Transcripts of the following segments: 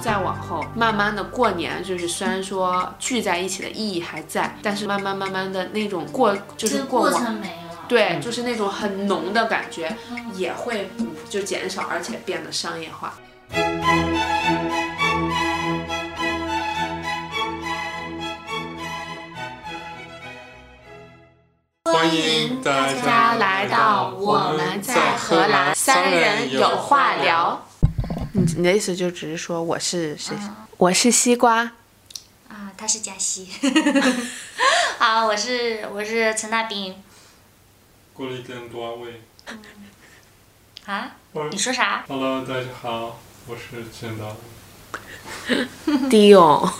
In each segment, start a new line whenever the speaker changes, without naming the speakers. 再往后，慢慢的过年，就是虽然说聚在一起的意义还在，但是慢慢慢慢的那种过就是
这
过
过
往。
程没了。
对，
嗯
就是那种很浓的感觉，也会嗯就减少，而且变得商业化。
欢迎大
家来到我们在荷兰
三人有话聊。
你你的意思就只是说我是谁？我是西瓜，
啊，他是嘉熙。 好，我是我是陈大斌
过了一点多位。
啊，
喂
你说啥？
Hello，大家好，我是简刀。
迪勇。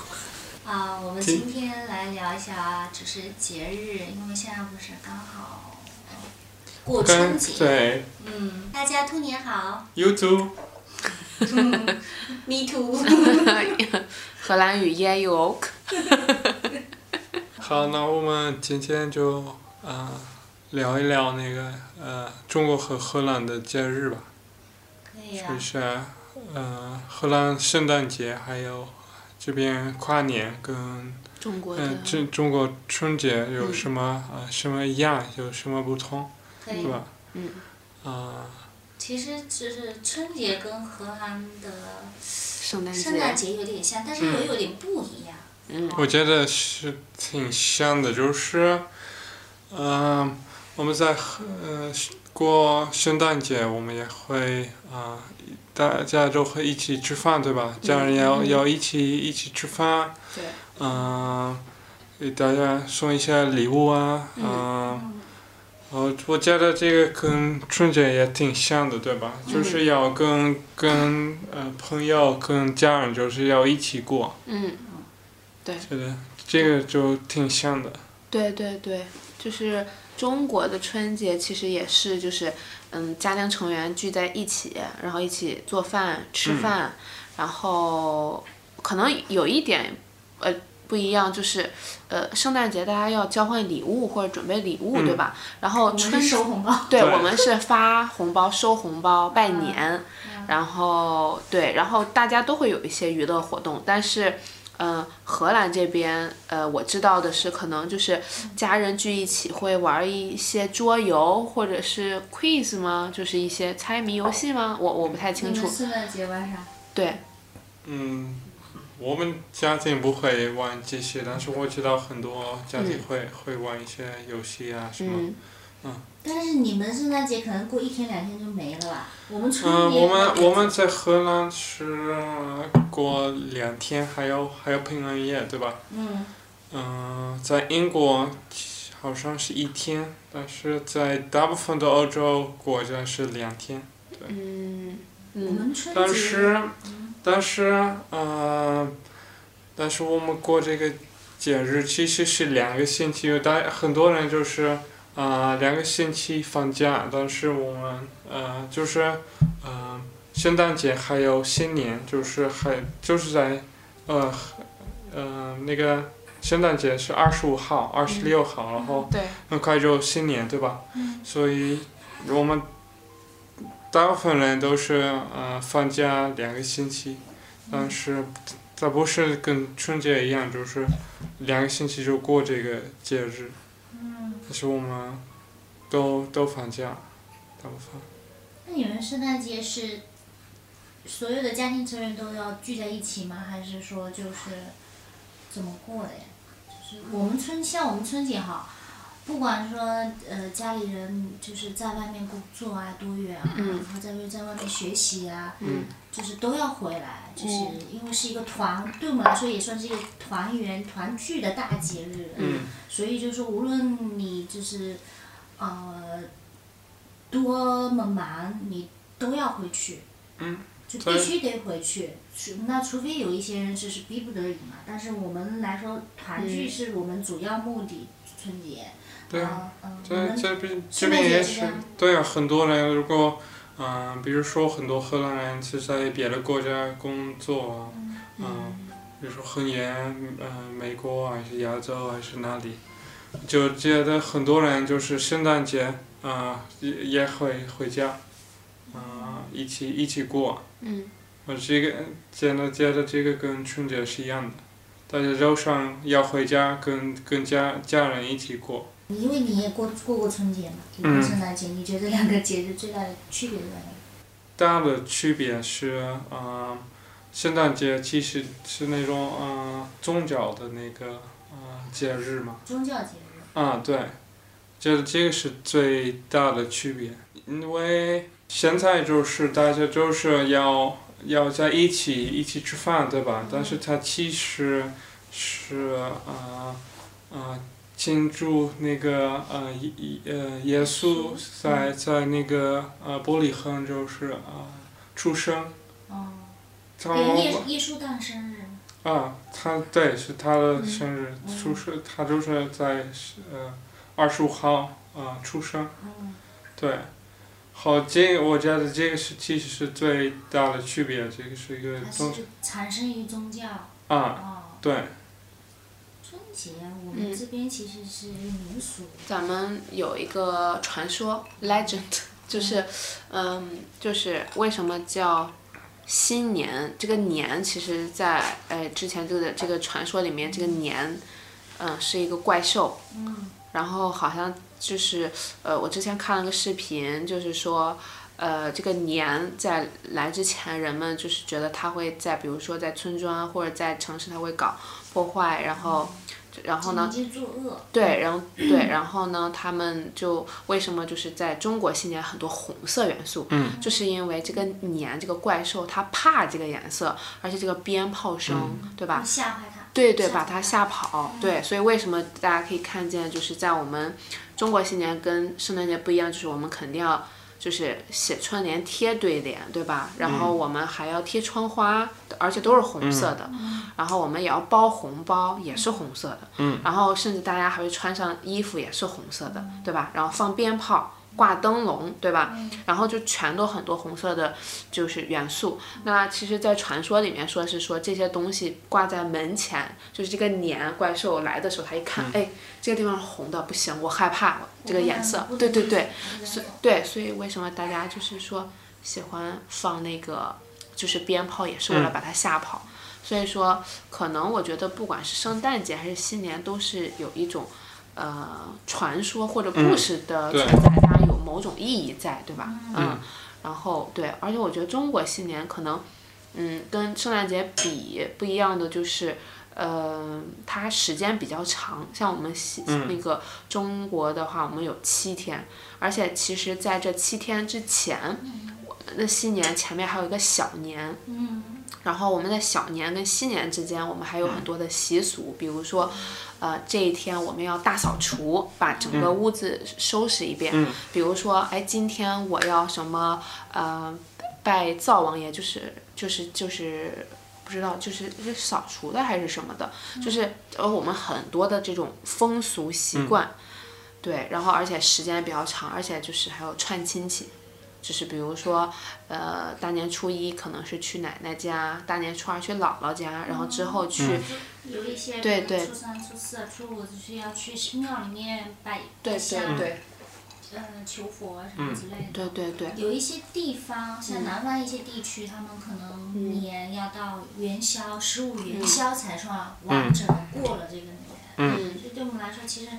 啊，我们
今
今天来聊一下，就是节日，因为现在不是刚好呃过春
跟
节，
对
嗯，大家兔年好
YouTube
，Me too。
荷兰语 y e o k
好，那我们今天就啊、呃聊一聊那个呃中国和荷兰的节日吧，
可以啊
就，是呃荷兰圣诞节，还有这边跨年跟
中国的
嗯、这中国春节有
嗯
什么啊、呃什么一样，有什么不同，
可
对
以。
吧？
嗯
啊、
其实就是春节跟荷兰的
圣诞
圣诞
节，
节有点像，但是又
嗯
有点不一样。
嗯
我觉得是挺像的，就是，嗯、我们在和呃过圣诞节，我们也会啊、大家都会一起吃饭，对吧？家人要、要一起一起吃饭，
对，
嗯、给大家送一些礼物啊，嗯、我我觉得这个跟春节也挺像的，对吧？就是要跟跟呃朋友、跟家人，就是要一起过。
嗯，
觉得这个就挺像的。
对对对，就是中国的春节其实也是就是嗯家庭成员聚在一起，然后一起做饭吃饭，然后可能有一点呃不一样，就是呃圣诞节大家要交换礼物或者准备礼物，对吧？然后
我
春
们是收哦红包，
对
对
我们是发红包、收红包、拜
嗯
年，
啊
然后对，然后大家都会有一些娱乐活动，但是。嗯，荷兰这边，呃，我知道的是，可能就是家人聚一起会玩一些桌游，或者是 quiz 吗？就是一些猜谜游戏吗？我我不太清楚。
圣诞节玩啥？
对，
嗯，我们家庭不会玩这些，但是我知道很多家庭会、会玩一些游戏啊什么。
嗯，
但是你们圣诞节可能过一天两天就没了吧？我们春
嗯，
节、
我们我们在荷兰是过两天，还有还有平安夜，对吧？
嗯，
嗯、在英国好像是一天，但是在大部分的欧洲国家是两天。
嗯
我
嗯
们春节嗯
但是，但是，呃，但是我们过这个节日其实是两个星期，但很多人就是啊、呃两个星期放假，但是我们呃就是呃圣诞节还有新年，就是还就是在呃呃那个圣诞节是二十五号、二十六号，然
嗯
后
对，
很快就新年，对吧？所以我们大部分人都是呃放假两个星期，但是它不是跟春节一样，就是两个星期就过这个节日。嗯。但是我们都都放假，大部分。
那你们圣诞节是所有的家庭成员都要聚在一起吗？还是说就是怎么过的呀？就是我们春像我们春节哈，不管说呃家里人就是在外面工作啊多远啊，
嗯
然后在外在外面学习啊，
嗯
就是都要回来，就是因为是一个团，对我们来说也算是一个团圆团聚的大节日。
嗯
所以就是说无论你就是，呃，多么忙，你都要回去。
嗯。
就
对
必须得回去，除那除非有一些人是是逼不得已嘛。但是我们来说，团聚是我们主要目的。春节，
对啊。
啊，嗯，我
这
们
这边这
圣诞
边
节
也
也
是
这样，
对啊，很多人如果，嗯、比如说很多荷兰人是在别的国家工作啊，嗯、比如说很远，嗯、美国啊还是亚洲啊还是哪里，就觉得很多人就是圣诞节啊、啊也也会回家，嗯、一起一起过，
嗯
我这个加拿大的这个跟春节是一样的，大家早上要回家跟跟家家人一起过。
因为你也过过过春节嘛，也
嗯
过圣诞节，你觉得两个节日最大的区别在哪里？
大的区别是，嗯、圣诞节其实是那种嗯、宗教的那个嗯、节日嘛。
宗教节日，
啊，对，这这个是最大的区别，因为现在就是大家就是要要在一起一起吃饭，对吧？但是它其实是啊啊，庆祝那个呃耶呃耶稣在在那个呃伯利恒就是啊、出生，
哦，
他
对，耶耶稣诞生日，
啊，他对是他的
嗯
生日，
嗯
出生他就是在呃二十五号啊、呃出生，
嗯，
对，好，这个我觉得这个是其实是最大的区别，这个是一个
它
宗
是产生于宗教，
啊，
哦，
对，
春节我们
嗯
这边其实是一个民俗，
咱们有一个传说 legend，就是，嗯，就是为什么叫新年？这个年其实在，呃之前这个这个传说里面，这个年，嗯、是一个怪兽，
嗯，
然后好像就是呃，我之前看了个视频，就是说。呃，这个年在来之前，人们就是觉得它会在，比如说在村庄啊或者在城市，它会搞破坏，然后，然
嗯
后呢，
禁忌作恶，
对，然后对，然后呢，他们就为什么就是在中国新年很多红色元素，
嗯
就是因为这个年这个怪兽它怕这个颜色，而且这个鞭炮声，对吧？
会吓坏他，
对对，
嗯吓
把
跑
它
它
吓跑。对，所以为什么大家可以看见，就是在我们中国新年跟圣诞节不一样，就是我们肯定要就是写春联贴对联，对吧？然后我们还要贴窗花，而且都是红色的。
嗯
然后我们也要包红包，也是红色的。嗯。然后甚至大家还会穿上衣服，也是红色的，对吧？然后放鞭炮。挂灯笼，对吧？然后就全都很多红色的，就是元素。那其实，在传说里面说是说这些东西挂在门前，就是这个年怪兽来的时候，他一看，哎，这个地方是红的，不行，我害怕我这个颜色。对对对，，
所以
对，所以为什么大家就是说喜欢放那个就是鞭炮，也是为了把它吓跑。所以说，可能我觉得不管是圣诞节还是新年，都是有一种呃传说或者故事的
对
存在，它有某种意义在，对吧？嗯。然后对，而且我觉得中国新年可能，嗯，跟圣诞节比不一样的就是。呃，它时间比较长，像我们西、那个中国的话，我们有七天，而且其实在这七天之前，我们的新年前面还有一个小年，
嗯，
然后我们在小年跟新年之间，我们还有很多的习俗，比如说，呃，这一天我们要大扫除，把整个屋子收拾一遍。比如说，哎，今天我要什么，呃，拜灶王爷，就是就是就是。不知道，就是是扫除的还是什么的，就是呃，我们很多的这种风俗习惯，对，然后而且时间比较长，而且就是还有串亲戚，就是比如说，呃，大年初一可能是去奶奶家，大年初二去姥姥家，然后之
嗯
后去，
嗯
有一些
对
可能
对
初三、初四、啊初五就是要去庙里面拜
对
拜香
对对
嗯，求佛什么之类
对
的。
对对，
有一些地方，像南方一些地区，他们可能年要到元宵、十五元宵才算完整的过了这个年。
嗯
所以对我们来说，其实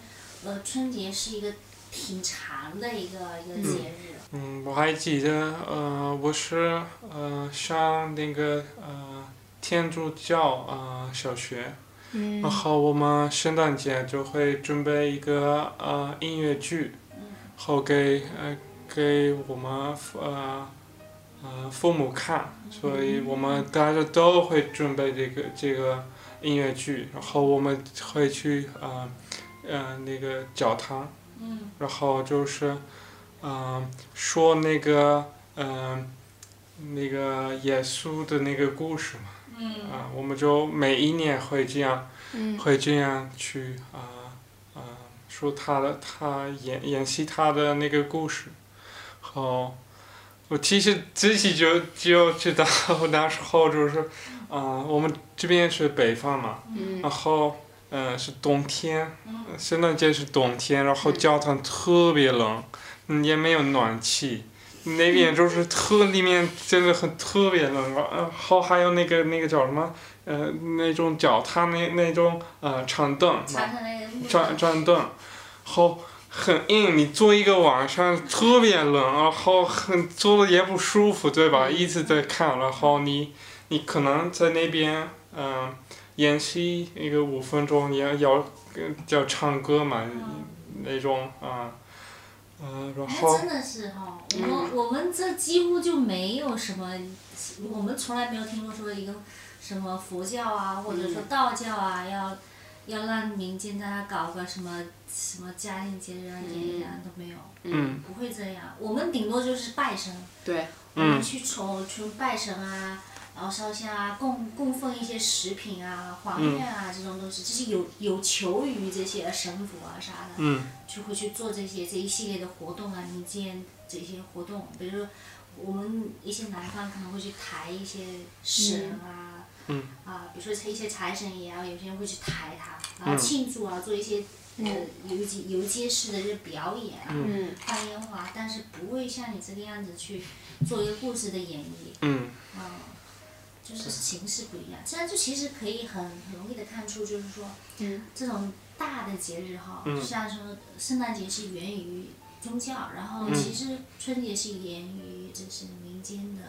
呃，春节是一个挺长的一个一个节日。
嗯，我还记得呃，我是呃上那个呃天主教呃小学，然
嗯
后我们圣诞节就会准备一个呃音乐剧，
嗯
后给呃给我们呃呃父母看，
嗯
所以我们大家都会准备这个这个音乐剧，然后我们会去呃呃那个教堂，
嗯
然后就是嗯、呃说那个嗯、呃那个耶稣的那个故事嘛，
嗯
啊、我们就每一年会这样。
嗯
会这样去啊啊、说他的他演演戏他的那个故事，好，我其实自己就就知道 那时候就是啊、我们这边是北方嘛，
嗯
然后嗯、呃是冬天，
嗯
圣诞节是冬天，然后
嗯
教堂特别冷，嗯也没有暖气，那边就是特里面真的很特别的，然后呃还有那个那个叫什么呃那种脚踏那那种呃长凳嘛，
缠成那个木头
转转凳，后很硬，你坐一个晚上特别冷，然后很坐的也不舒服，对吧？一直在看，然后你你可能在那边嗯、演戏一个五分钟，你要要跟要唱歌嘛，
嗯
那种啊嗯、然
哎，
后
真的是哈、我们我们这几乎就没有什么，我们从来没有听过说一个什么佛教啊，或者说道教啊，要要让民间大家搞个什么什么家庭节日啊、
嗯
节日啊都没有，
嗯
不会这样。我们顶多就是拜神，
对，
我们
嗯
去崇去拜神啊，然后烧香啊，供供奉一些食品啊、黄
嗯
鳝啊这种东西，就是有有求于这些神符啊啥的。
嗯
就会去做这些这一系列的活动啊，民间这些活动，比如说我们一些南方可能会去抬一些神啊，
嗯
啊，比如说一些财神爷啊，有些人会去抬他，然
嗯
后庆祝啊，做一些呃游街游街式的这表演啊，
嗯
放烟花，但是不会像你这个样子去做一个故事的演绎，
嗯
啊，就是形式不一样。这样就其实可以很很容易的看出，就是说。
嗯
这种大的节日哈，
嗯
就像说圣诞节是源于宗教，然后
嗯
其实春节是源于这是民间的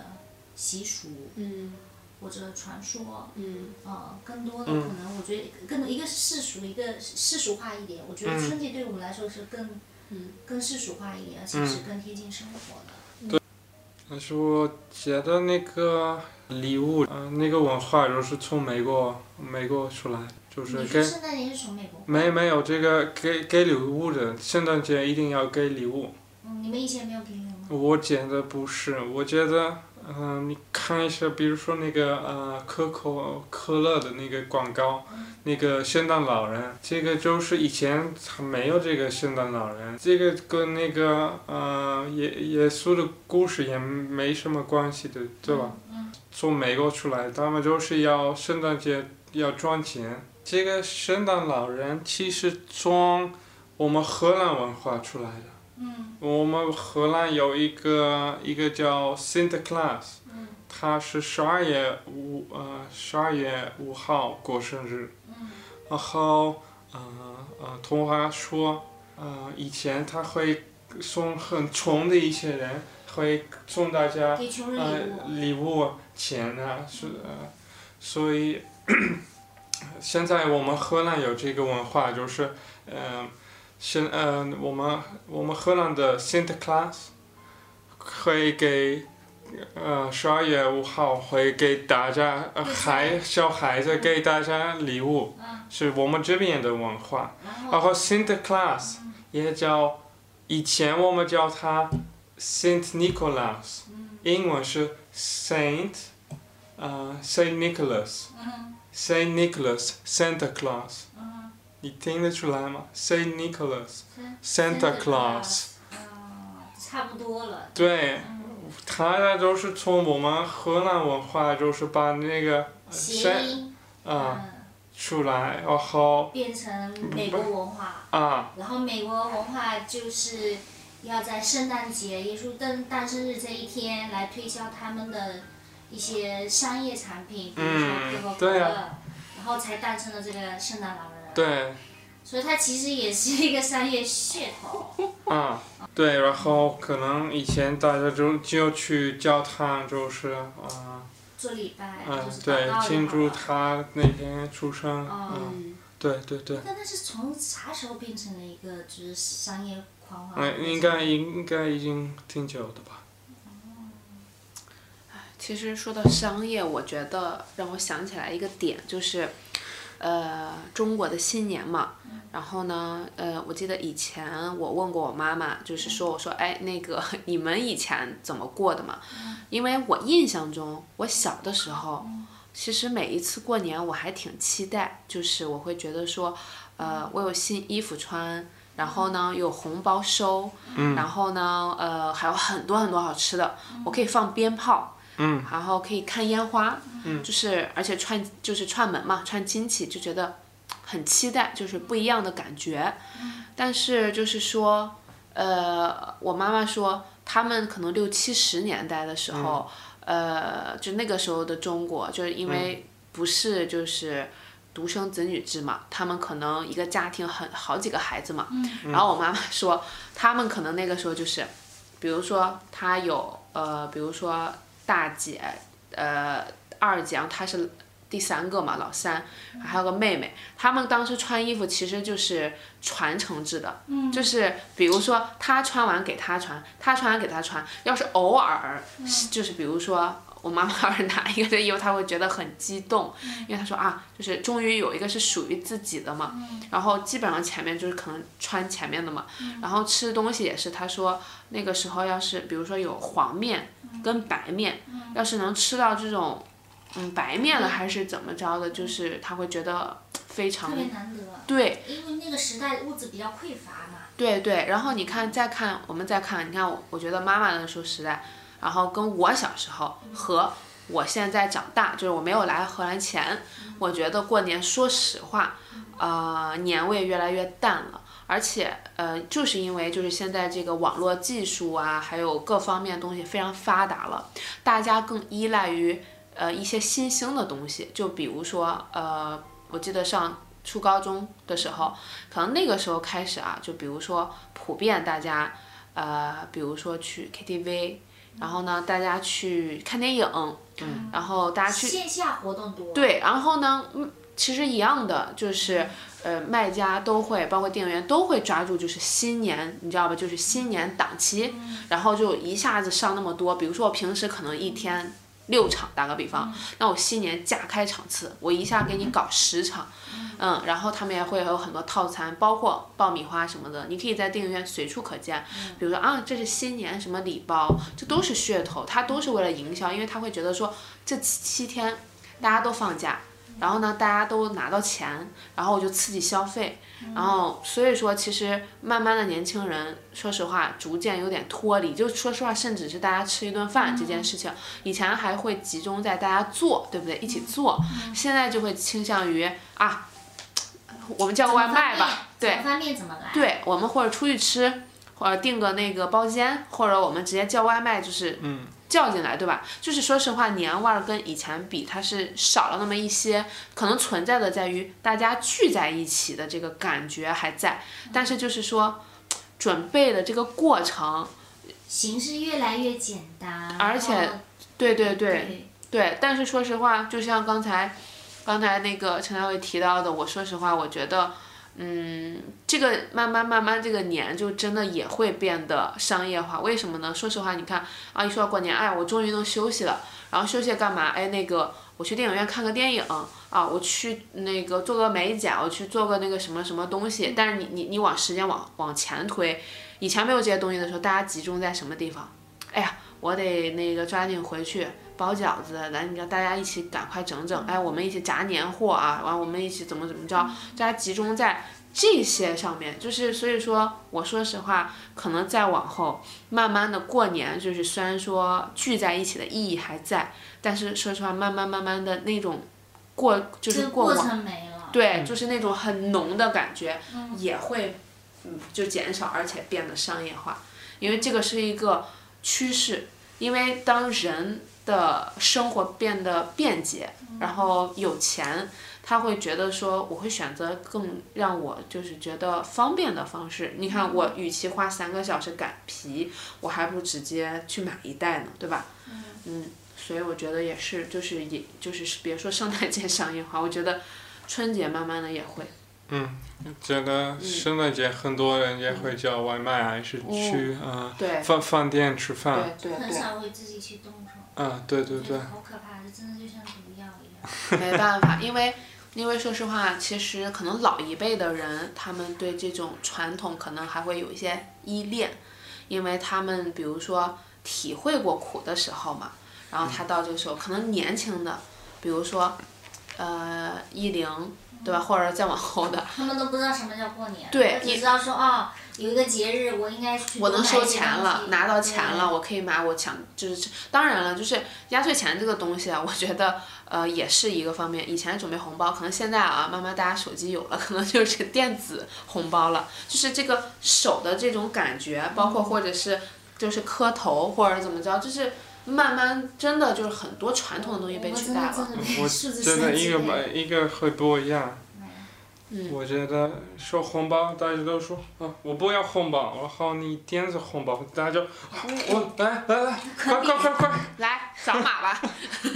习俗
嗯
或者传说，
嗯
呃，更多的
嗯
可能我觉得更多一个是世俗，一个是世俗化一点。我觉得
嗯
春节对我们来说是更
嗯
更世俗化一点，而
嗯
且是更贴近生活的。
但是我觉得那个礼物，呃，那个文化就是从美国美国出来，就是
你说
给
圣诞节是从美国，
没没有这个给给礼物的，圣诞节一定要给礼物。
嗯，你们以前没有给我吗？
我觉得不是，我觉得，嗯、你看一下，比如说那个呃可口可乐的那个广告，那个圣诞老人，这个就是以前他没有这个圣诞老人，这个跟那个呃耶耶稣的故事也没什么关系的，对吧？
嗯？
从美国出来，他们就是要圣诞节要赚钱。这个圣诞老人其实从我们荷兰文化出来的。
嗯
我们荷兰有一个一个叫 Sinterklaas，
嗯嗯
他是十二月五呃十二月五号过生日，
嗯
然后呃呃童话说，呃以前他会送很穷的一些人，会送大家
给穷人礼
呃
物，
礼物钱啊，是呃，所以嗯现在我们荷兰有这个文化，就是嗯，现呃我们我们荷兰的 Sinterklaas 会给呃十二月五号会给大家呃孩小孩子给大家礼物，
嗯，
是我们这边的文化。
然
然
后嗯
后 Sinterklaas 也叫，以前我们叫他 Saint Nicholas，
嗯
英文是 Saint，呃 Saint Nicholas，Saint
嗯
Nicholas Santa Claus，
嗯
你听得出来吗？Saint Nicholas
嗯。
Santa Claus，
啊，差不多了。
对，
嗯，
他那都是从我们荷兰文化，就是把那个
谐
Saint
音，
呃啊
嗯，
出来，然后
变成美国文化，
啊
然后美国文化就是要在圣诞节、耶稣诞诞生日这一天来推销他们的一些商业产品，比如说可口可
对
乐，
啊
然后才诞生了这个圣诞老人。
对。
所以它其实也是一个商业噱头。
啊，对，然后可能以前大家就就去教堂，就是啊，嗯、
做礼拜
嗯
哎就是祷告就
对，
好
庆祝
了
他那天出生，
哦
嗯，
嗯
对对对，
那那是从啥时候变成了一个就是商业狂欢？
嗯，应该应该已经挺久的吧，
其实说到商业，我觉得让我想起来一个点，就是，呃，中国的新年嘛。然后呢，呃，我记得以前我问过我妈妈，就是说，我说，哎，那个 你们以前怎么过的嘛？因为我印象中，我小的时候，其实每一次过年我还挺期待，就是我会觉得说，呃，我有新衣服穿，然后呢有红包收，然后呢，呃，还有很多很多好吃的，我可以放鞭炮。
嗯
然后可以看烟花，就是而且串就是串门嘛，串亲戚就觉得很期待，就是不一样的感觉。但是就是说，呃，我妈妈说他们可能六七十年代的时候，呃，就那个时候的中国，就是因为不是就是独生子女制嘛，他们可能一个家庭很好几个孩子嘛。然后我妈妈说，他们可能那个时候就是，比如说他有呃，比如说大姐，呃，二姐，然后她是第三个嘛，老三，还有个妹妹。他们当时穿衣服其实就是传承制的，
嗯
就是比如说她穿完给她穿，她穿完给她穿。要是偶尔，
嗯
就是比如说我妈妈要是拿一个这衣服，她会觉得很激动，
嗯
因为她说啊，就是终于有一个是属于自己的嘛。
嗯
然后基本上前面就是可能穿前面的嘛，然后吃东西也是，她说那个时候要是比如说有黄面
嗯
跟白面，要是能吃到这种。嗯，白面了还是怎么着的？就是她会觉得非常
特别难得，
对，
因为那个时代物质比较匮乏嘛。
对对，然后你看，再看我们再看，你看我，我觉得妈妈那时候时代，然后跟我小时候和我现在长大，就是我没有来荷兰前，我觉得过年说实话，呃，年味越来越淡了。而且，呃，就是因为就是现在这个网络技术啊，还有各方面东西非常发达了，大家更依赖于呃一些新兴的东西，就比如说，呃，我记得上初高中的时候，可能那个时候开始啊，就比如说普遍大家，呃，比如说去 KTV，然后呢，大家去看电影，嗯，然
哦
后大家去
线下活动多，
对，然后呢，嗯，其实一样的，就是呃，卖家都会，包括店员都会抓住，就是新年，你知道吧？就是新年档期，然后就一下子上那么多。比如说我平时可能一天六场，打个比方，那我新年加开场次，我一下给你搞十场，嗯，然后他们也会有很多套餐，包括爆米花什么的，你可以在电影院随处可见。比如说啊，这是新年什么礼包，这都是噱头，它都是为了营销，因为他会觉得说这七七天大家都放假，然后呢，大家都拿到钱，然后我就刺激消费，
嗯
然后所以说，其实慢慢的年轻人，说实话，逐渐有点脱离，就说实话，甚至是大家吃一顿饭这件
嗯
事情，以前还会集中在大家做，对不对？一起做，
嗯
现在就会倾向于啊，我们叫个外卖吧，对，
怎么方便怎么来，
对，我们或者出去吃，或者订个那个包间，或者我们直接叫外卖，就是叫进来，对吧？就是说实话，年味儿跟以前比，它是少了那么一些，可能存在的在于大家聚在一起的这个感觉还在，但是就是说。准备的这个过程，
形式越来越简单，
而且
然后
对对对，
对，
对，但是说实话，就像刚才，刚才那个陈大卫提到的，我说实话，我觉得，嗯，这个慢慢慢慢这个年就真的也会变得商业化。为什么呢？说实话，你看啊，一说到过年，哎，我终于能休息了，然后休息干嘛？哎，那个我去电影院看个电影啊，我去那个做个美甲，我去做个那个什么什么东西。但是你你你往时间往往前推，以前没有这些东西的时候，大家集中在什么地方？哎呀，我得那个抓紧回去包饺子，来，你知道大家一起赶快整整，哎，我们一起炸年货啊，完我们一起怎么怎么着，大家集中在这些上面，就是所以说，我说实话，可能再往后慢慢的过年，就是虽然说聚在一起的意义还在，但是说实话，慢慢慢慢的那种过就
这
是
个
过
过
往
程没了，
对，就是那种很浓的感觉，也会嗯就减少，而且变得商业化，因为这个是一个趋势。因为当人的生活变得便捷，
嗯
然后有钱，他会觉得说，我会选择更让我就是觉得方便的方式。你看，我与其花三个小时擀皮，我还不如直接去买一袋呢，对吧？嗯，所以我觉得也是，就是也就是别说圣诞节商业化，我觉得春节慢慢的也会，
觉得圣诞节很多人也会叫外卖，还是去啊
嗯对
饭饭店吃
对
饭。
对
很少会自己去动手，
啊，对对
我觉
对
得，好可怕，这真的就像毒药一样。
对，没办法，因为因为说实话，其实可能老一辈的人，他们对这种传统可能还会有一些依恋，因为他们比如说体会过苦的时候嘛，然后他到这个时候，可能年轻的，比如说，呃，一零。对吧？或者再往后的，
他们都不知道什么叫过年，
对
我只
也
知道说哦，有一个节日我应该去
我
多
能
买
收
一些
钱
东
了，
西
拿到钱了，，我可以买我想就是吃当然了，就是压岁钱这个东西啊，我觉得呃也是一个方面。以前准备红包，可能现在啊，慢慢大家手机有了，可能
嗯
就是电子红包了，就是这个手的这种感觉，包括或者是。就是磕头或者怎么着，就是慢慢真的就是很多传统的东西被取代了。
嗯我
我真的
真
真
的
的
一
一
个
个
吧
白。
一个会不一样。
嗯，
我觉得收红包，大家都说啊，我不要红包，然后你点着红包，大家就，啊
嗯
我来来来，快快快快，
来扫码吧。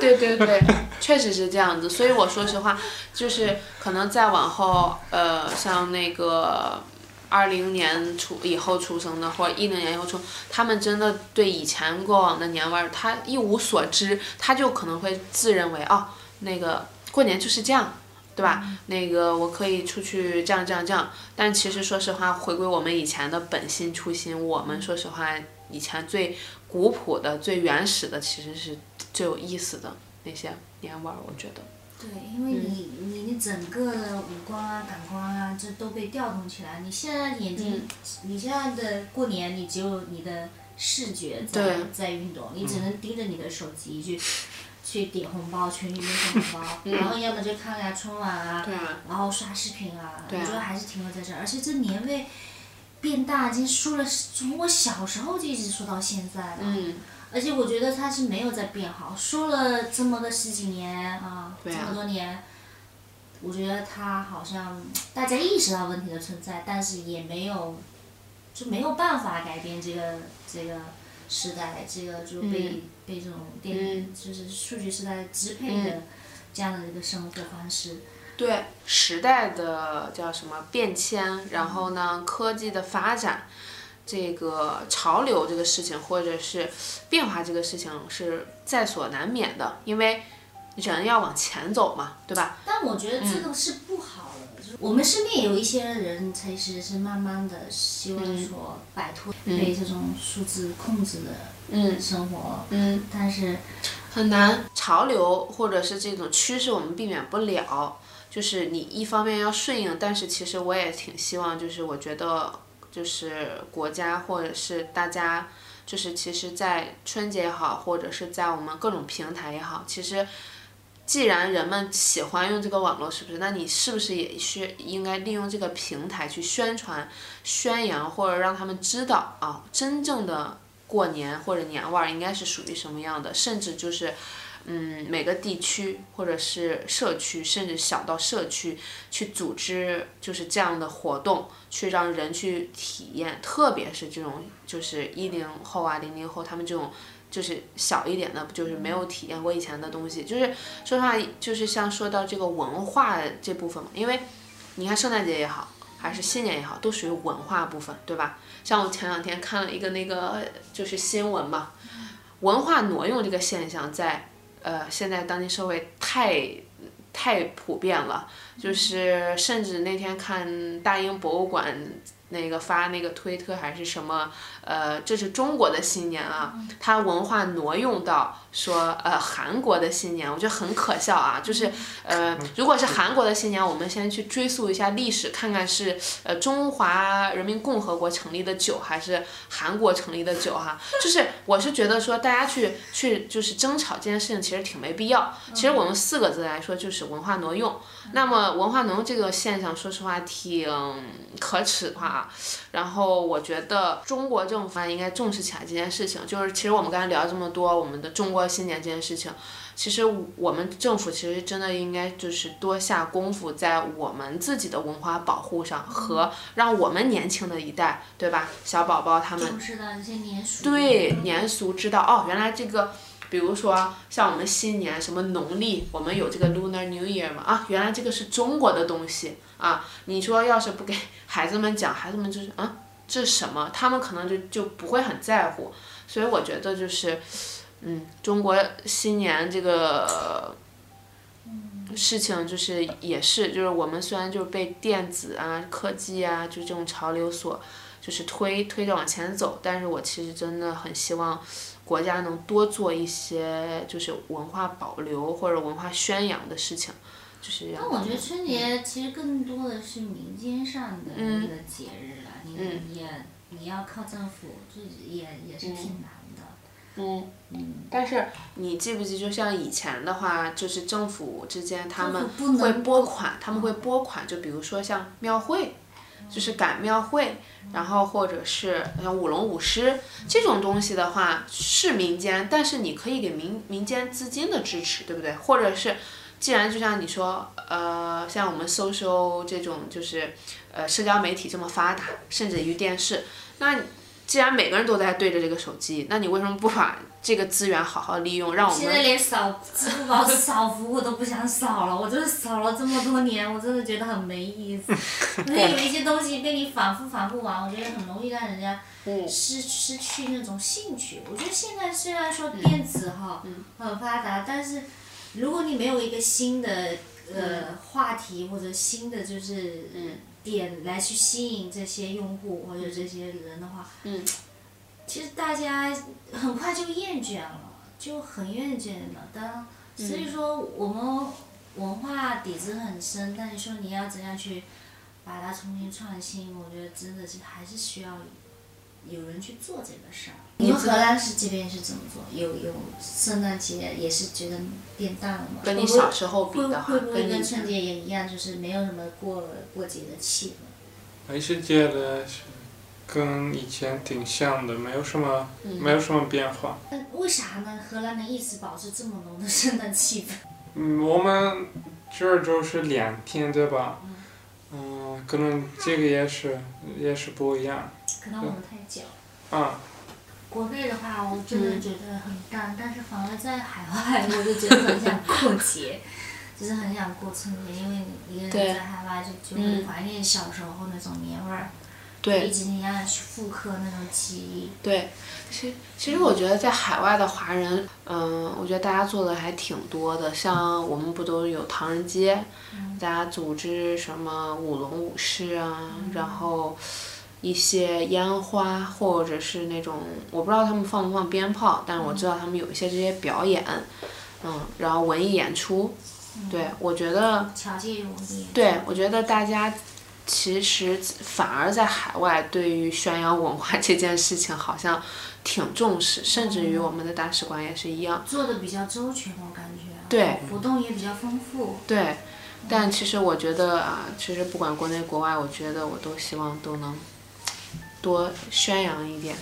对对对，确实是这样子。所以我说实话，就是可能再往后，呃，像那个二零年出以后出生的，或者一零年以后出，他们真的对以前过往的年味儿，他一无所知，他就可能会自认为哦，那个过年就是这样。对吧？那个我可以出去这样这样这样，但其实说实话，回归我们以前的本心初心，我们说实话，以前最古朴的、最原始的，其实是最有意思的那些年味儿，我觉得。
对，因为你你你整个的五官啊、感官啊，这都被调动起来。你现在眼
嗯
睛，你现在的过年，你只有你的视觉在
对嗯
在运动，你只能盯着你的手机去、 去点红包，群里面点红包，
嗯
然后要么就看看春晚啊，
对啊，
然后刷视频啊，
对啊
我觉得还是停留在这儿。而且这年味变大，已经说了，从我小时候就一直说到现在了。
嗯，
而且我觉得它是没有在变好，说了这么个十几年啊，
对啊
这么多年，我觉得它好像大家意识到问题的存在，但是也没有就没有办法改变这个这个时代，这个就被、
嗯
被这种电、就是数据时代支
嗯
配的这样的一个生活方式。
对时代的叫什么变迁，然后呢，科技的发展，这个潮流这个事情，或者是变化这个事情是在所难免的，因为人要往前走嘛，对吧？
但我觉得这
嗯
个是不好的。就是我们身边有一些人，其实是慢慢的希望
嗯
说摆脱被这种数字控制的
嗯
生活，
嗯。
但是
很难。潮流或者是这种趋势，我们避免不了。就是你一方面要顺应，但是其实我也挺希望，就是我觉得，就是国家或者是大家，就是其实，在春节也好，或者是在我们各种平台也好，其实，既然人们喜欢用这个网络，是不是？那你是不是也是应该利用这个平台去宣传、宣扬，或者让他们知道啊，真正的过年或者年味儿应该是属于什么样的，甚至就是，嗯，每个地区或者是社区，甚至小到社区去组织就是这样的活动，去让人去体验，特别是这种就是一零后啊、零零后他们这种。就是小一点的，就是没有体验过以前的东西。就是说实话，就是像说到这个文化这部分嘛，因为你看圣诞节也好，还是新年也好，都属于文化部分，对吧？像我前两天看了一个那个就是新闻嘛，文化挪用这个现象在呃现在当今社会太太普遍了，就是甚至那天看大英博物馆那个发那个推特还是什么，呃，这是中国的新年啊，它文化挪用到说呃韩国的新年，我觉得很可笑啊，就是呃如果是韩国的新年，我们先去追溯一下历史，看看是呃中华人民共和国成立的久还是韩国成立的久哈、就是我是觉得说大家去去就是争吵这件事情其实挺没必要。其实我们四个字来说就是文化挪用。那么文化挪用这个现象，说实话挺可耻的话啊。然后我觉得中国政府啊应该重视起来这件事情。就是其实我们刚才聊这么多我们的中国新年这件事情，其实我们政府其实真的应该就是多下功夫在我们自己的文化保护上，和让我们年轻的一代，对吧？小宝宝他们
重视到这些年俗，
对年俗知道哦，原来这个，比如说像我们新年什么农历，我们有这个 Lunar New Year 嘛啊，原来这个是中国的东西啊。你说要是不给 孩子们讲，孩子们就是啊，这是什么？他们可能就就不会很在乎。所以我觉得就是，嗯，中国新年这个。事情就是也是，就是我们虽然就是被电子啊、科技啊，就这种潮流所就是推推着往前走。但是我其实真的很希望国家能多做一些就是文化保留或者文化宣扬的事情，就是
但我觉得春节其实更多的是民间上的
嗯
一个节日了，你、你也你要靠政府，这也也是挺难的。
嗯嗯。但是你记不记，就像以前的话，就是政府之间他们
政府不
会
能
拨款，他们会拨款，就比如说像庙会。就是赶庙会，然后或者是像舞龙舞狮这种东西的话是民间，但是你可以给民民间资金的支持，对不对？或者是，既然就像你说，呃，像我们搜搜这种就是，呃，社交媒体这么发达，甚至于电视，那既然每个人都在对着这个手机，那你为什么不把这个资源好好利用，让我
现
们
在连扫支付宝 扫服我都不想扫了，我就是扫了这么多年，我真的觉得很没 意思。因为有一些东西被你反复反复玩，我觉得很容易让人家
嗯
失失去那种兴趣。我觉得现在虽然说电子哈、很发达，但是如果你没有一个新的呃话题或者新的就是点来去吸引这些用户或者这些人的话，
嗯
其实大家很快就厌倦了，就很厌倦了。当所以说我们文化底子很深，但你说你要怎样去把它重新创新，我觉得真的是还是需要有人去做这个事儿。你们荷兰是这边是怎么做？有有圣诞节也是觉得变淡了吗？
跟
会
你
不会
小时候比
会
的话
会不，会
跟你
跟春节也一样，就是没有什么过过节的气氛？
还是觉得是跟以前挺像的，没有什么、
嗯
没有什么变化。
但为啥呢？荷兰能一直保持这么浓的圣诞气氛？
嗯，我们这儿就是两天，对吧？嗯，可能这个也是也是不一样
可能我们太久。
啊。
国内的话，我真
嗯
的觉得很淡，但是反而在海外， 我就觉得很想过节，就是很想过春节，因为你一个人
对嗯
在海外就就会怀念小时候那种年味儿，
对
一直你要去复刻那种记忆。
对，其其实我觉得在海外的华人，嗯、我觉得大家做的还挺多的。像我们不都有唐人街，
嗯
大家组织什么舞龙舞狮啊，
嗯
然后一些烟花或者是那种我不知道他们放不放鞭炮，但是我知
嗯
道他们有一些这些表演，嗯，然后文艺演出。对，
嗯
我觉得
巧记嗯容易。
对，我觉得大家其实反而在海外对于宣扬文化 这件事情好像挺重视，甚至于我们的大使馆也是一样。
做的比较周全，我感觉。啊
对。
活动也比较丰富。
对，但其实我觉得啊，其实不管国内国外，我觉得我都希望都能多宣扬一点，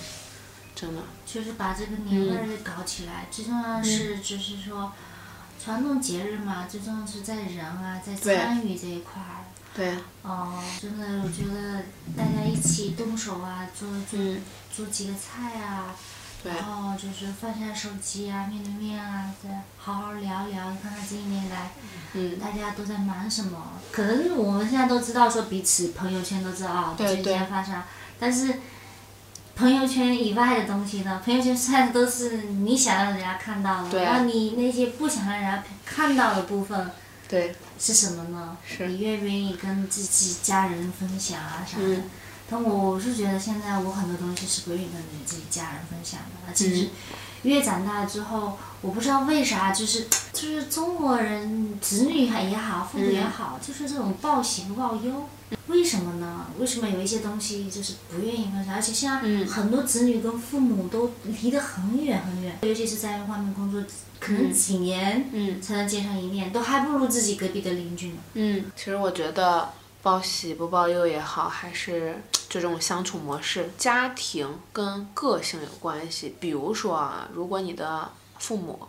真的。
就是把这个年
嗯
味儿搞起来，最重要的是就是说，传统节日嘛，最重要是在人啊，在
对
参与这一块儿。
对，
哦，真的，我觉得大家一起动手啊，做做
嗯，
做几个菜啊，
对
然后就是放下手机啊，面对面啊，对，好好聊一聊，看看这一年来
嗯，
大家都在忙什么。可能我们现在都知道说彼此朋友圈都知道啊，
对
最
对
近发啥，但是朋友圈以外的东西呢，朋友圈晒的都是你想让人家看到的，
对
然后你那些不想让人家看到的部分，
对，
是什么呢？
是
你愿不愿意跟自己家人分享啊啥的？
嗯
但我是觉得现在我很多东西是不愿意跟自己家人分享的，而且是
嗯
越长大之后，我不知道为啥，就是就是中国人子女还也好，父母
嗯
也好，就是这种报喜不报忧。为什么呢？为什么有一些东西就是不愿意分享？而且现在
嗯
很多子女跟父母都离得很远很远，尤其是在外面工作，可能
嗯
几年
嗯
才能见上一面，都还不如自己隔壁的邻居呢。
嗯，其实我觉得报喜不报忧也好，还是就这种相处模式，家庭跟个性有关系。比如说啊，如果你的父母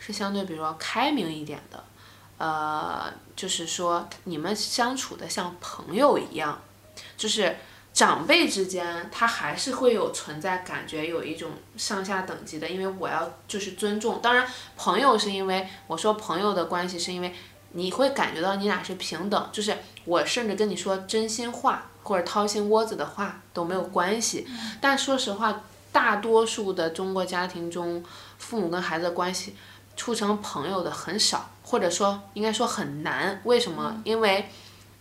是相对比如说开明一点的，呃，就是说你们相处的像朋友一样，就是。长辈之间，他还是会有存在感觉，有一种上下等级的，因为我要就是尊重。当然，朋友是因为我说朋友的关系，是因为你会感觉到你俩是平等，就是我甚至跟你说真心话或者掏心窝子的话都没有关系。但说实话，大多数的中国家庭中，父母跟孩子的关系处成朋友的很少，或者说应该说很难。为什么？因为，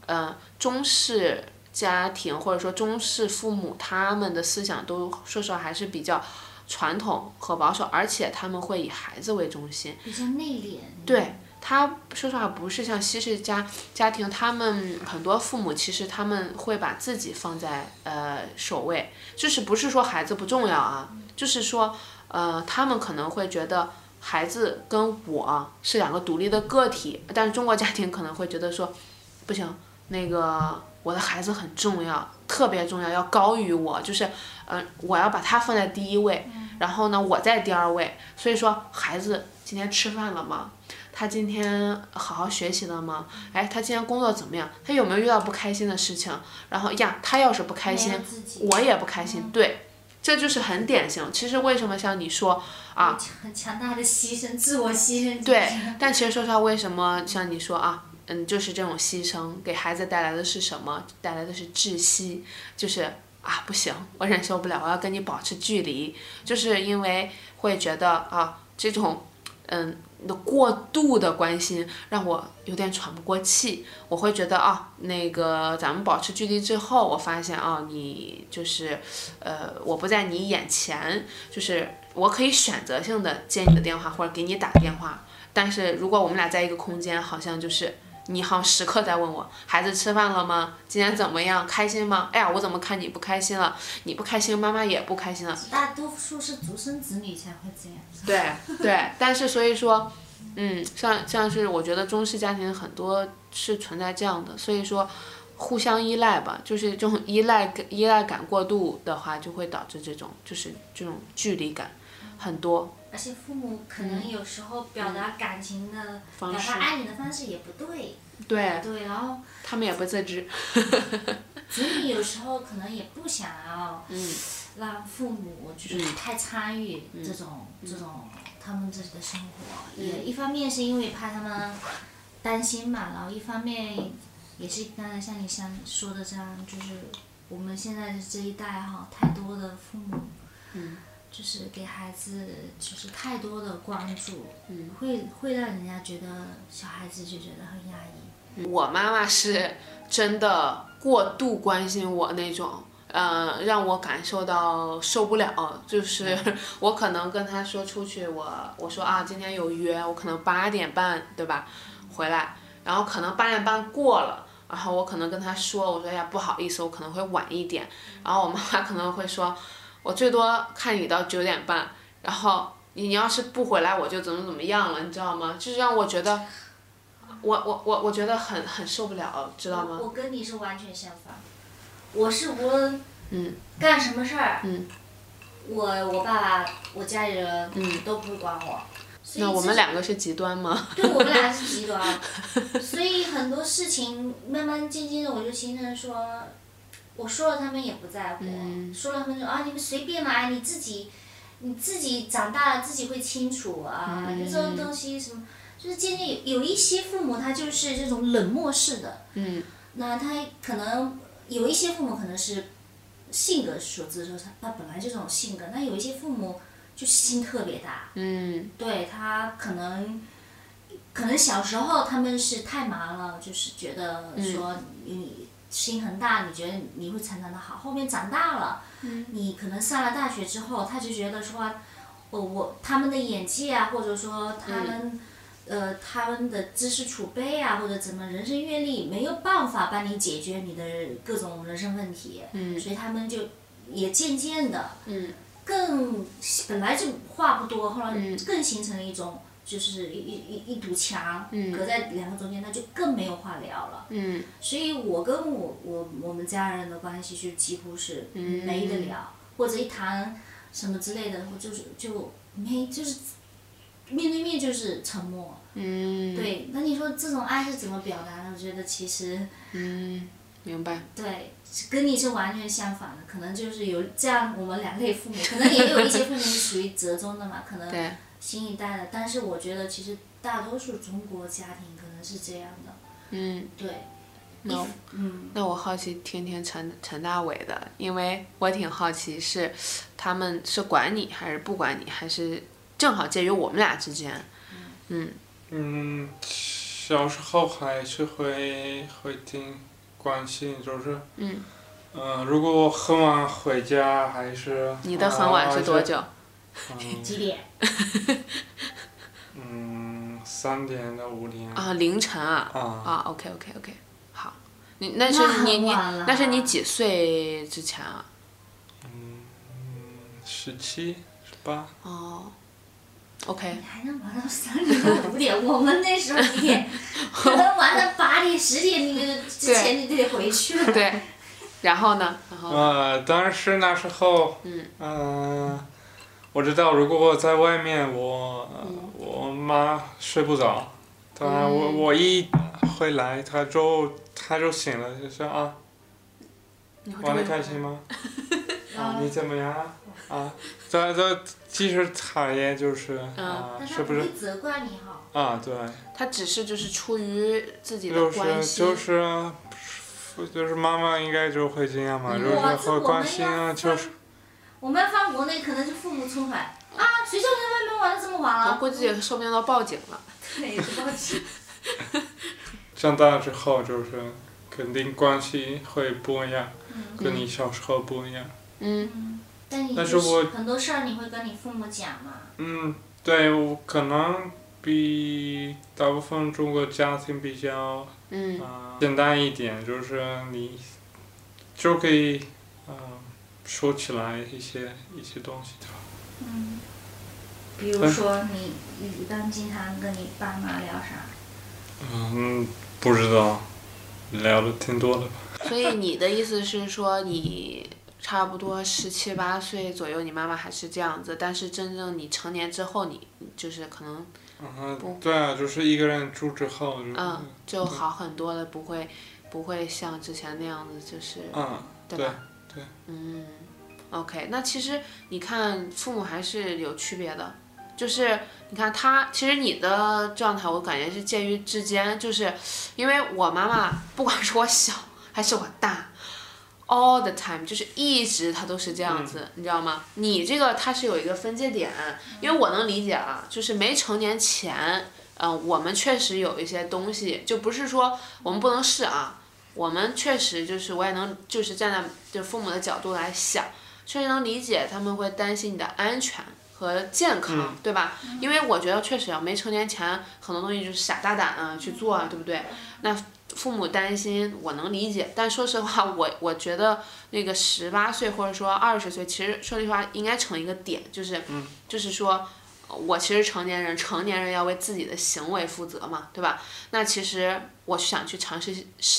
呃，中式家庭或者说中式父母他们的思想都说实话还是比较传统和保守，而且他们会以孩子为中心。
比较内敛。
对他说实话，不是像西式家家庭，他们很多父母其实他们会把自己放在呃首位，就是不是说孩子不重要啊，就是说呃他们可能会觉得孩子跟我是两个独立的个体，但是中国家庭可能会觉得说，不行，那个我的孩子很重要，特别重要，要高于我，就是呃，我要把他放在第一位，
嗯
然后呢，我在第二位。所以说，孩子今天吃饭了吗？他今天好好学习了吗？哎，他今天工作怎么样？他有没有遇到不开心的事情？然后呀，他要是不开心
没有自，己嗯
我也不开心。对，这就是很典型。其实为什么像你说啊，
很强大的牺牲，自我牺牲。
对，但其实说实话，为什么像你说啊，嗯，就是这种牺牲给孩子带来的是什么？带来的是窒息，就是啊，不行，我忍受不了，我要跟你保持距离，就是因为会觉得啊，这种嗯的过度的关心让我有点喘不过气，我会觉得啊，那个咱们保持距离之后，我发现啊，你就是呃，我不在你眼前，就是我可以选择性的接你的电话或者给你打电话，但是如果我们俩在一个空间，好像就是你好像时刻在问我孩子吃饭了吗？今天怎么样？开心吗？哎呀，我怎么看你不开心了？你不开心，妈妈也不开心了。
大多数是独生子女才会这样。
对对，但是所以说，嗯，像像是我觉得中式家庭很多是存在这样的，所以说互相依赖吧，就是这种依赖感依赖感过度的话，就会导致这种就是这种距离感很多。
而且父母可能有时候表达感情的、
嗯方
表
式
达爱你的方式也不对，
对
对，然后
他们也不自知，
子女有时候可能也不想要
嗯
让父母就是太参与这种、这种他们自己的生活，
嗯
也一方面是因为怕他们担心嘛，然后一方面也是刚才像你像说的这样，就是我们现在的这一代哈，太多的父母。
嗯
就是给孩子就是太多的关注，
嗯。
会会让人家觉得小孩子就觉得很压抑。
我妈妈是真的过度关心我那种，呃，让我感受到受不了。就是
嗯
我可能跟她说出去，我我说啊，今天有约，我可能八点半，对吧？回来，然后可能八点半过了。然后我可能跟她说，我说哎呀不好意思，我可能会晚一点。然后我妈妈可能会说，我最多看你到九点半。然后你你要是不回来，我就怎么怎么样了，你知道吗？就是让我觉得我我我我觉得很很受不了，知道吗？
我跟你是完全相反，我是无论
嗯
干什么事儿，
嗯
我我爸爸我家里人
嗯
都不会管我。所以
那我
这
们两个是极端吗？
对我们俩是极端，所以很多事情慢慢渐渐的我就形成说，我说了他们也不在乎，
嗯
说了他们就啊你们随便嘛，哎你自己，你自己长大了自己会清楚啊，
嗯
就这种东西什么，就是渐渐有有一些父母他就是这种冷漠式的，
嗯
那他可能有一些父母可能是性格所致，说他他本来就这种性格，那有一些父母就心特别大，
嗯
对他可能，可能小时候他们是太忙了，就是觉得说你心很大，你觉得你会成长的好。后面长大了，你可能上了大学之后，他就觉得说，我我他们的眼界啊，或者说他们、呃他们的知识储备啊，或者怎么人生阅历，没有办法帮你解决你的各种人生问题，
嗯
所以他们就也渐渐的。
嗯
更本来就话不多，后来
嗯
更形成了一种就是一一一一堵墙，
嗯
隔在两个中间，那就更没有话聊了。
嗯
所以我跟我我我们家人的关系就几乎是
嗯
没得聊，或者一谈什么之类的，我就是就没就是面对面就是沉默。
嗯，
对，那你说这种爱是怎么表达的？我觉得其实。
嗯，明白。
对，是跟你是完全相反的，可能就是有这样我们两类父母，可能也有一些父母是属于折中的嘛，可能
对，
新一代的，但是我觉得其实大多数中国家庭可能是这样的，
嗯，
对，
那我
嗯，
那我好奇听听陈陈大伟的，因为我挺好奇是他们是管你还是不管你，还是正好介于我们俩之间。嗯
嗯，小时候还是会会挺关心，就是
嗯，
嗯、如果我很晚回家，还是
你的很晚是多？久？
啊还是
几点？
嗯，三点到五点
啊，凌晨啊。
啊，
啊，OK OK OK，好。你那
那
是
很
你你
晚了
那是你几岁之前啊？
十七、十八，
哦，OK，
哎你还能玩到三点到五点？我们那时候五点，可能玩到八点得十点那个之前你得回去了。
对，然后呢？然后
呃，当时那时候，
嗯
呃我知道如果我在外面，我、呃
嗯啊
我妈睡不着，她、我
嗯
我一回来，她就她就醒了，就说啊，
你会
玩的
这
开
么嗯
心吗？啊，你怎么样啊？啊，这这其实讨厌就是
嗯
啊，
呃但他
是
不
不是
会责怪你哈。
啊？对，
他只是就是出于自己的
就
关
是
心，
就是就是妈妈应该就会这样嘛，
嗯
啊就是
哇这
会
我
关
们
心
要
啊，就是
我们放国内可能是父母出海啊，谁叫你在外面玩的这么晚
我
啊？
估计也受不到报警了。
对，不高兴。
长大之后就是肯定关系会不一样，跟你小时候不一样。
嗯，
嗯，但你
但是我
很多事儿你会跟你父母讲嘛？
嗯，对，我可能比大部分中国家庭比较。
嗯
啊，简单一点，就是你就可以嗯、说起来一些一些东西的。
嗯，比
嗯
如说你你一般经常跟你爸妈聊啥？
嗯，不知道，聊的挺多的吧。
所以你的意思是说，你差不多十七八岁左右，你妈妈还是这样子，但是真正你成年之后，你就是可能不
嗯，对啊，就是一个人住之后就
嗯就好很多了，不会不会像之前那样子，就是
嗯，
对
对
吧？嗯，OK，那其实你看，父母还是有区别的，就是你看他，其实你的状态，我感觉是介于之间，就是因为我妈妈不管是我小还是我大，all the time，就是一直她都是这样子，你知道吗？你这个它是有一个分界点，因为我能理解啊，就是没成年前。嗯、我们确实有一些东西，就不是说我们不能试啊，我们确实就是我也能就是站在就父母的角度来想，确实能理解他们会担心你的安全和健康，对吧？因为我觉得确实啊，没成年前很多东西就是傻大胆啊去做啊，对不对？那父母担心我能理解，但说实话，我我觉得那个十八岁或者说二十岁，其实说句实话应该成一个点，就是、就是说。我其实成年人，成年人要为自己的行为负责嘛，对吧？那其实我想去尝试，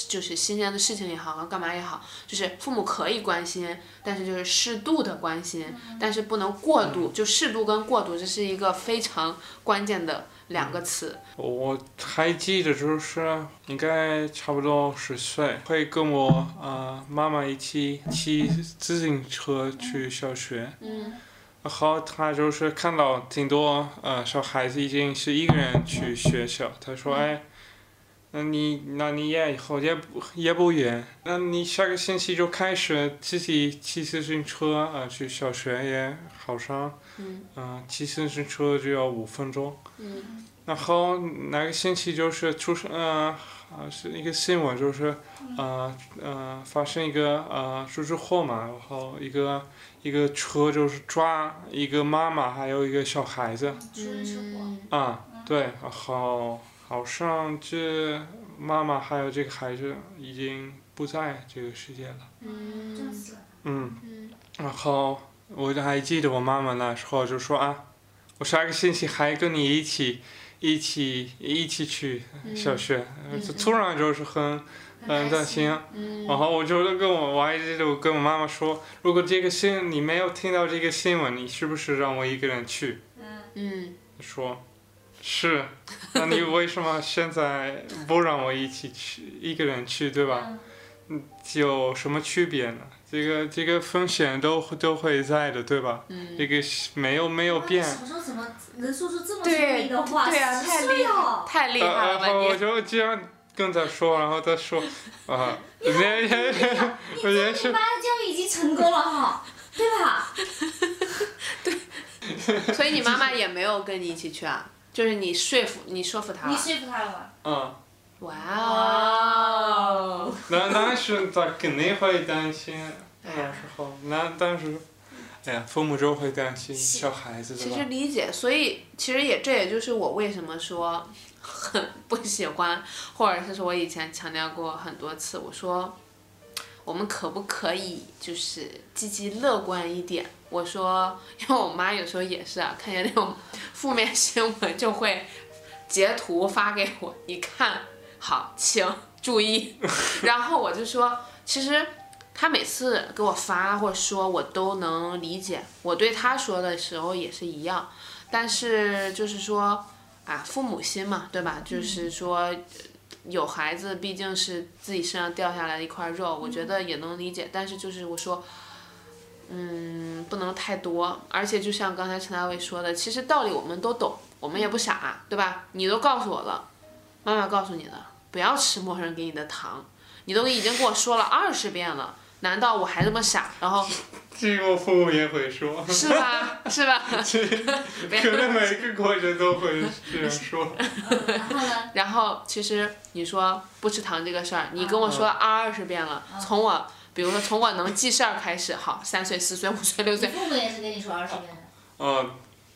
就是新鲜的事情也好，啊干嘛也好，就是父母可以关心，但是就是适度的关心，但是不能过度，就适度跟过度，这是一个非常关键的两个词。
我还记得，就是应该差不多十岁，会跟我啊、呃妈妈一起骑自行车去小学。
嗯
然后他就是看到挺多呃小孩子已经是一个人去学校，他说哎，那你那你也以后也不也不远，那你下个星期就开始自己骑自行车啊、呃去小学也好上，
嗯
嗯、骑自行车就要五分钟。
嗯
然后哪个星期就是出生，呃，啊是一个新闻，就是，呃呃，发生一个呃出车祸嘛，然后一个一个车就是抓一个妈妈还有一个小孩子，
出人车祸。
啊，对，然后好像这妈妈还有这个孩子已经不在这个世界了，
撞死了。
嗯。
嗯
然后我就还记得我妈妈那时候就说啊，我下个星期还跟你一起，一起一起去小学，呃
嗯
就突然就是很呃很担心。
嗯
然后我就跟我我还记得我跟我妈妈说，如果这个新你没有听到这个新闻，你是不是让我一个人去？
嗯，
嗯
她说。是，那 你为什么现在不让我一起去，一个人去，对
对
嗯
吧？？有什么区别呢？这个这个风险都都会在的，对吧？
嗯，
这个是没有没有变。
小时候怎么能说出这么
对
聪明的话？
对啊
十
太
岁哦。
太厉害了
呃然
吧
后我
你！
就这样跟他说，然后他说， 啊，也也
你
也
你
是
妈教育已经成功了哈，对吧？
所以你妈妈也没有跟你一起去啊，就是你说服你说服她
你
了。
说服他了吗？
嗯，
哇
哇
哦！
那那是他肯定会担心，
哎
那时候那但是，哎呀，父母就会担心小孩子
其
对
实
吧？
理解，所以其实也这也就是我为什么说 很不喜欢，或者是我以前强调过很多次，我说我们可不可以就是积极乐观一点？我说， 因为我妈有时候也是啊，看见那种负面新闻就会截图发给我，你看好，请注意。 然后我就说，其实他每次给我发或者说，我都能理解。我对他说的时候也是一样，但是就是说啊，父母心嘛，对吧？就是说。有孩子毕竟是自己身上掉下来的一块肉，我觉得也能理解。但是就是我说，嗯，不能太多。而且就像刚才陈大卫说的，其实道理我们都懂，我们也不傻，对吧？你都告诉我了，妈妈告诉你的，不要吃陌生人给你的糖，你都已经跟我说了二十遍了，难道我还这么傻？然后
这个我父母也会说，
是吧？是吧？
可能每个国人都会 这样说。
然后呢？
然后其实你说不吃糖这个事儿，你跟我说二十遍了，从我比如说从我能记事儿开始，好，三岁、四岁、五岁、六
你
岁，
父母也是跟你说二十遍的。
哦，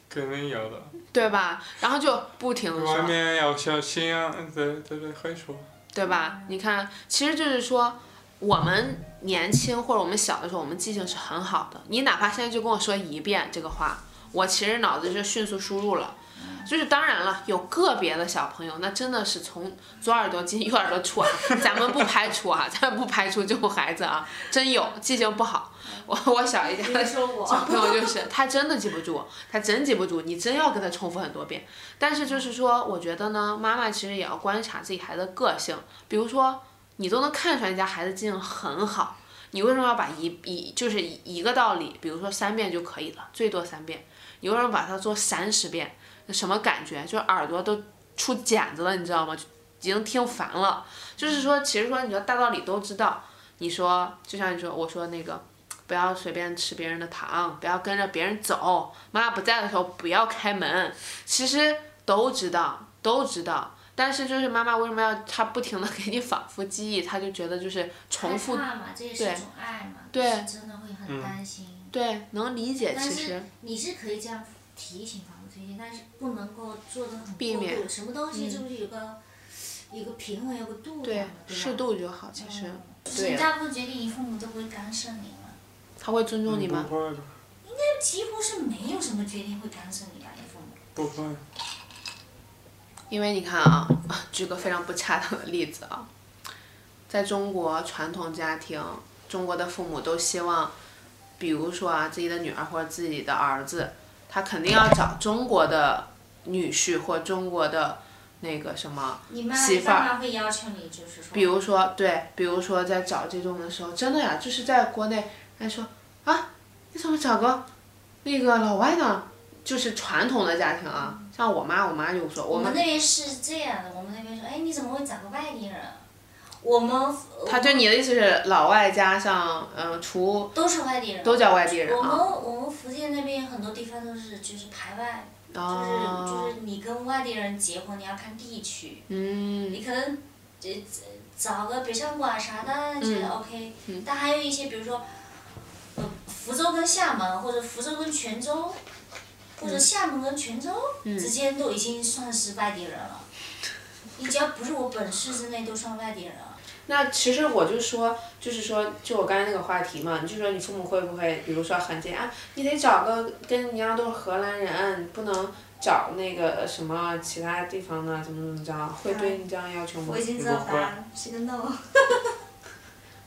肯定有的。
对吧？然后就不停的
外
说，
面要小心啊！对对对，会说。
对吧？你看，其实就是说我们年轻或者我们小的时候，我们记性是很好的。你哪怕现在就跟我说一遍这个话，我其实脑子就迅速输入了。就是当然了，有个别的小朋友，那真的是从左耳朵进右耳朵出啊，咱们不排除啊，咱们不排除这种孩子啊，真有记性不好。我我小姨家
比
的
如说
小
我，
朋友就是他真的记不住，他真记不住，你真要跟他重复很多遍。但是就是说，我觉得呢，妈妈其实也要观察自己孩子的个性，比如说你都能看出来人家孩子记性很好，你为什么要把一一就是一一个道理，比如说三遍就可以了，最多三遍，你为什么把它做三十遍？什么感觉？就是耳朵都出茧子了，你知道吗？就已经听烦了。就是说，其实说你说大道理都知道，你说就像你说我说那个。不要随便吃别人的糖，不要跟着别人走，妈妈不在的时候不要开门。其实都知道，都知道，但是就是妈妈为什么要她不停的给你反复记忆，她就觉得就是重复，
害怕嘛，这也是一种爱嘛，
对
是真的会很担心。
对，能理解
但
其
是
实，
你是可以这样提醒、反复提醒，但是不能够做的很
避
过
免嗯
度。什么东西就是有个、有个平衡，有个度
对
量的，对吧？嗯
适度就好，其实，
你
对，
大部分决定，你父母都不会干涉你吗？
他会尊重你吗？
嗯不会的，
那几乎是没有什么决定会干涉你吧，你父母。
不会。
因为你看啊， 举个非常不恰当的例子啊，在中国传统家庭，中国的父母都希望，比如说啊，自己的女儿或者自己的儿子，他肯定要找中国的女婿或中国的那个什么。
你妈
媳
你
妇儿
爸妈会要求你，就是说，
比如说，对，比如说在找这种的时候，真的呀，就是在国内，人家说啊，你怎么找个那个老外呢？就是传统的家庭啊，像我妈，我妈就说，
我
我
们
们
那边是这样的，我们那边说，哎，你怎么会找个外地人？我们
他对你的意思是老外加上嗯、呃、除
都是外地人，
都叫外地人
我们
啊。
我们福建那边很多地方都是就是排外，就是
哦，
就是你跟外地人结婚，你要看地区，
嗯，
你可能呃找个北上广啥的
嗯
觉得 OK，、但还有一些比如说，呃，福州跟厦门或者福州跟泉州，
嗯
或者厦门跟泉州、之间都已经算是外地人了，你只要不是我本市之内都算外地人了。
那其实我就说，就是说，就我刚才那个话题嘛，你就说你父母会不会，比如说很简啊，你得找个跟你一样都是荷兰人，不能找那个什么其他地方的，怎么怎么着，会
啊
对你这样要求吗
我已？经知道答案了，是个 no。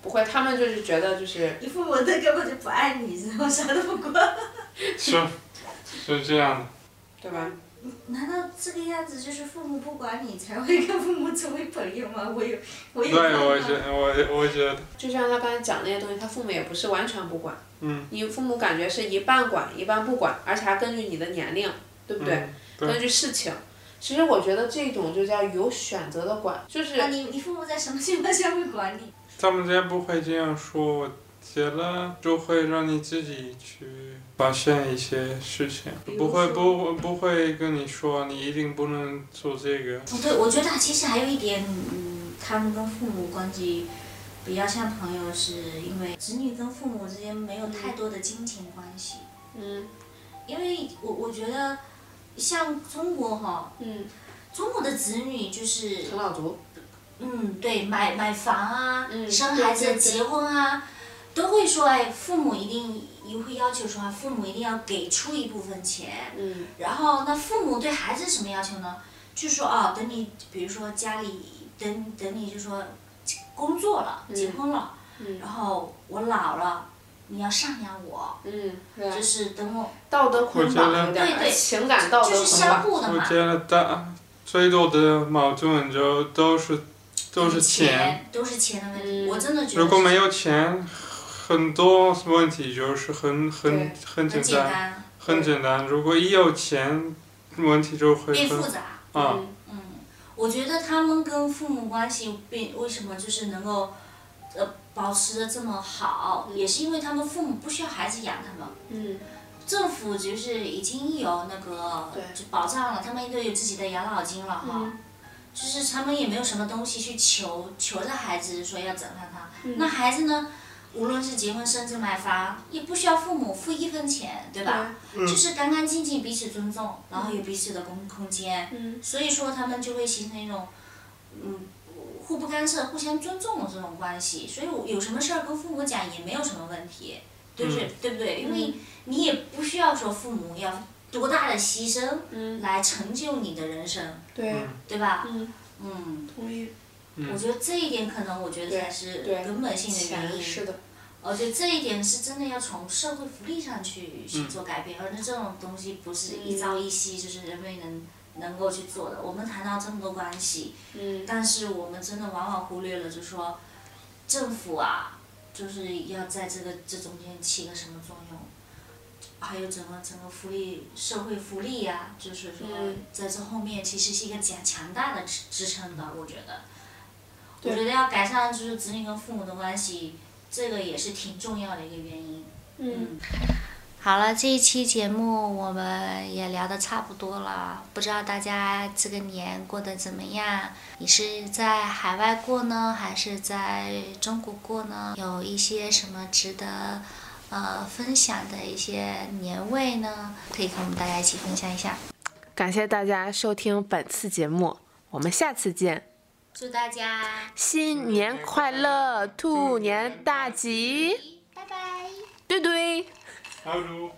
不会，他们就是觉得就是
你父母这根本就不爱你，然后啥都不管。
是，是这样的。
对吧？
难道这个样子就是父母不管你才会跟父母成为朋友吗？我有，我有。
对，我觉我我觉得，
就像他刚才讲那些东西，他父母也不是完全不管，
嗯，
你父母感觉是一半管一半不管，而且还根据你的年龄，对不对？
嗯
根据事情。其实我觉得这种就叫有选择的管，就是
那啊你你父母在什么情况下会管你？
他们家不会这样说，我觉得就会让你自己去发现一些事情，
比
不
如
会
说
不不会跟你说你一定不能做这个。
不哦对，我觉得其实还有一点，嗯，他们跟父母关系比较像朋友，是因为子女跟父母之间没有
嗯
太多的金钱关系。
嗯
因为我我觉得，像中国哈，
嗯，
中国的子女就是，
啃老族，
嗯，对，买买房啊，
嗯
生
对
孩子、
对对
结婚啊，都会说，哎，父母一定也会要求说，啊父母一定要给出一部分钱。
嗯
然后那父母对孩子什么要求呢？就说哦，等你比如说家里等等你就说工作了，结
嗯
婚了，
嗯
然后我老了，你要赡养我，
嗯，
就
对，
是等我
道德
我
捆
觉
绑
得
有点儿，
对对
情感道
就
德
是
捆
相
绑，
互的
我
嘛
觉，得大最多的矛盾就都是都是钱，
钱，都是钱的问题。
嗯
我真的觉得
如果没
有
有钱，很多问题就是很很
对
很
很
简
简
单，
单，
很简单。如果一有钱，问题就会
变复
很
杂。
啊，
嗯
嗯，我觉得他们跟父母关系并为什么就是能够，呃，保持的这么好，也是因为他们父母不需要孩子养他们，
嗯
政府就是已经有那个
对
就保障了，他们都有自己的养老金了哈。
嗯
就是他们也没有什么东西去求求着孩子说要怎样他，
嗯
那孩子呢，无论是结婚生子买房，也不需要父母付一分钱，对吧？
嗯
就是干干净净，彼此尊重，然后有彼此的空空间，
嗯
所以说他们就会形成一种，嗯，互不干涉、互相尊重的这种关系。所以我有什么事儿跟父母讲也没有什么问题，对不对？
嗯
对不对？因为你也不需要说父母要多大的牺牲
嗯，
来成就你的人生，
对，
对吧？
嗯，
嗯，
同意，
我觉得这一点可能我觉得
对
才是
对
根本性的原
钱
因。
是的，
我觉得哦这一点是真的要从社会福利上去去
嗯
做改变，而且这种东西不是一朝一夕就是人类能能够去做的。我们谈到这么多关系，
嗯
但是我们真的往往忽略了，就是说政府啊，就是要在这个这中间起个什么作用，还有整个整个福利社会福利呀、就是说
嗯
在这后面其实是一个强强大的支支撑的，我觉得。我
对
觉得要改善就是子女跟父母的关系，这个也是挺重要的一个原因。
嗯。
好了，这一期节目我们也聊得差不多了，不知道大家这个年过得怎么样？你是在海外过呢，还是在中国过呢？有一些什么值得呃分享的一些年味呢？可以跟我们大家一起分享一下。
感谢大家收听本次节目，我们下次见！
祝大家
新年快乐，兔年大吉！
拜拜。
对对。
好如。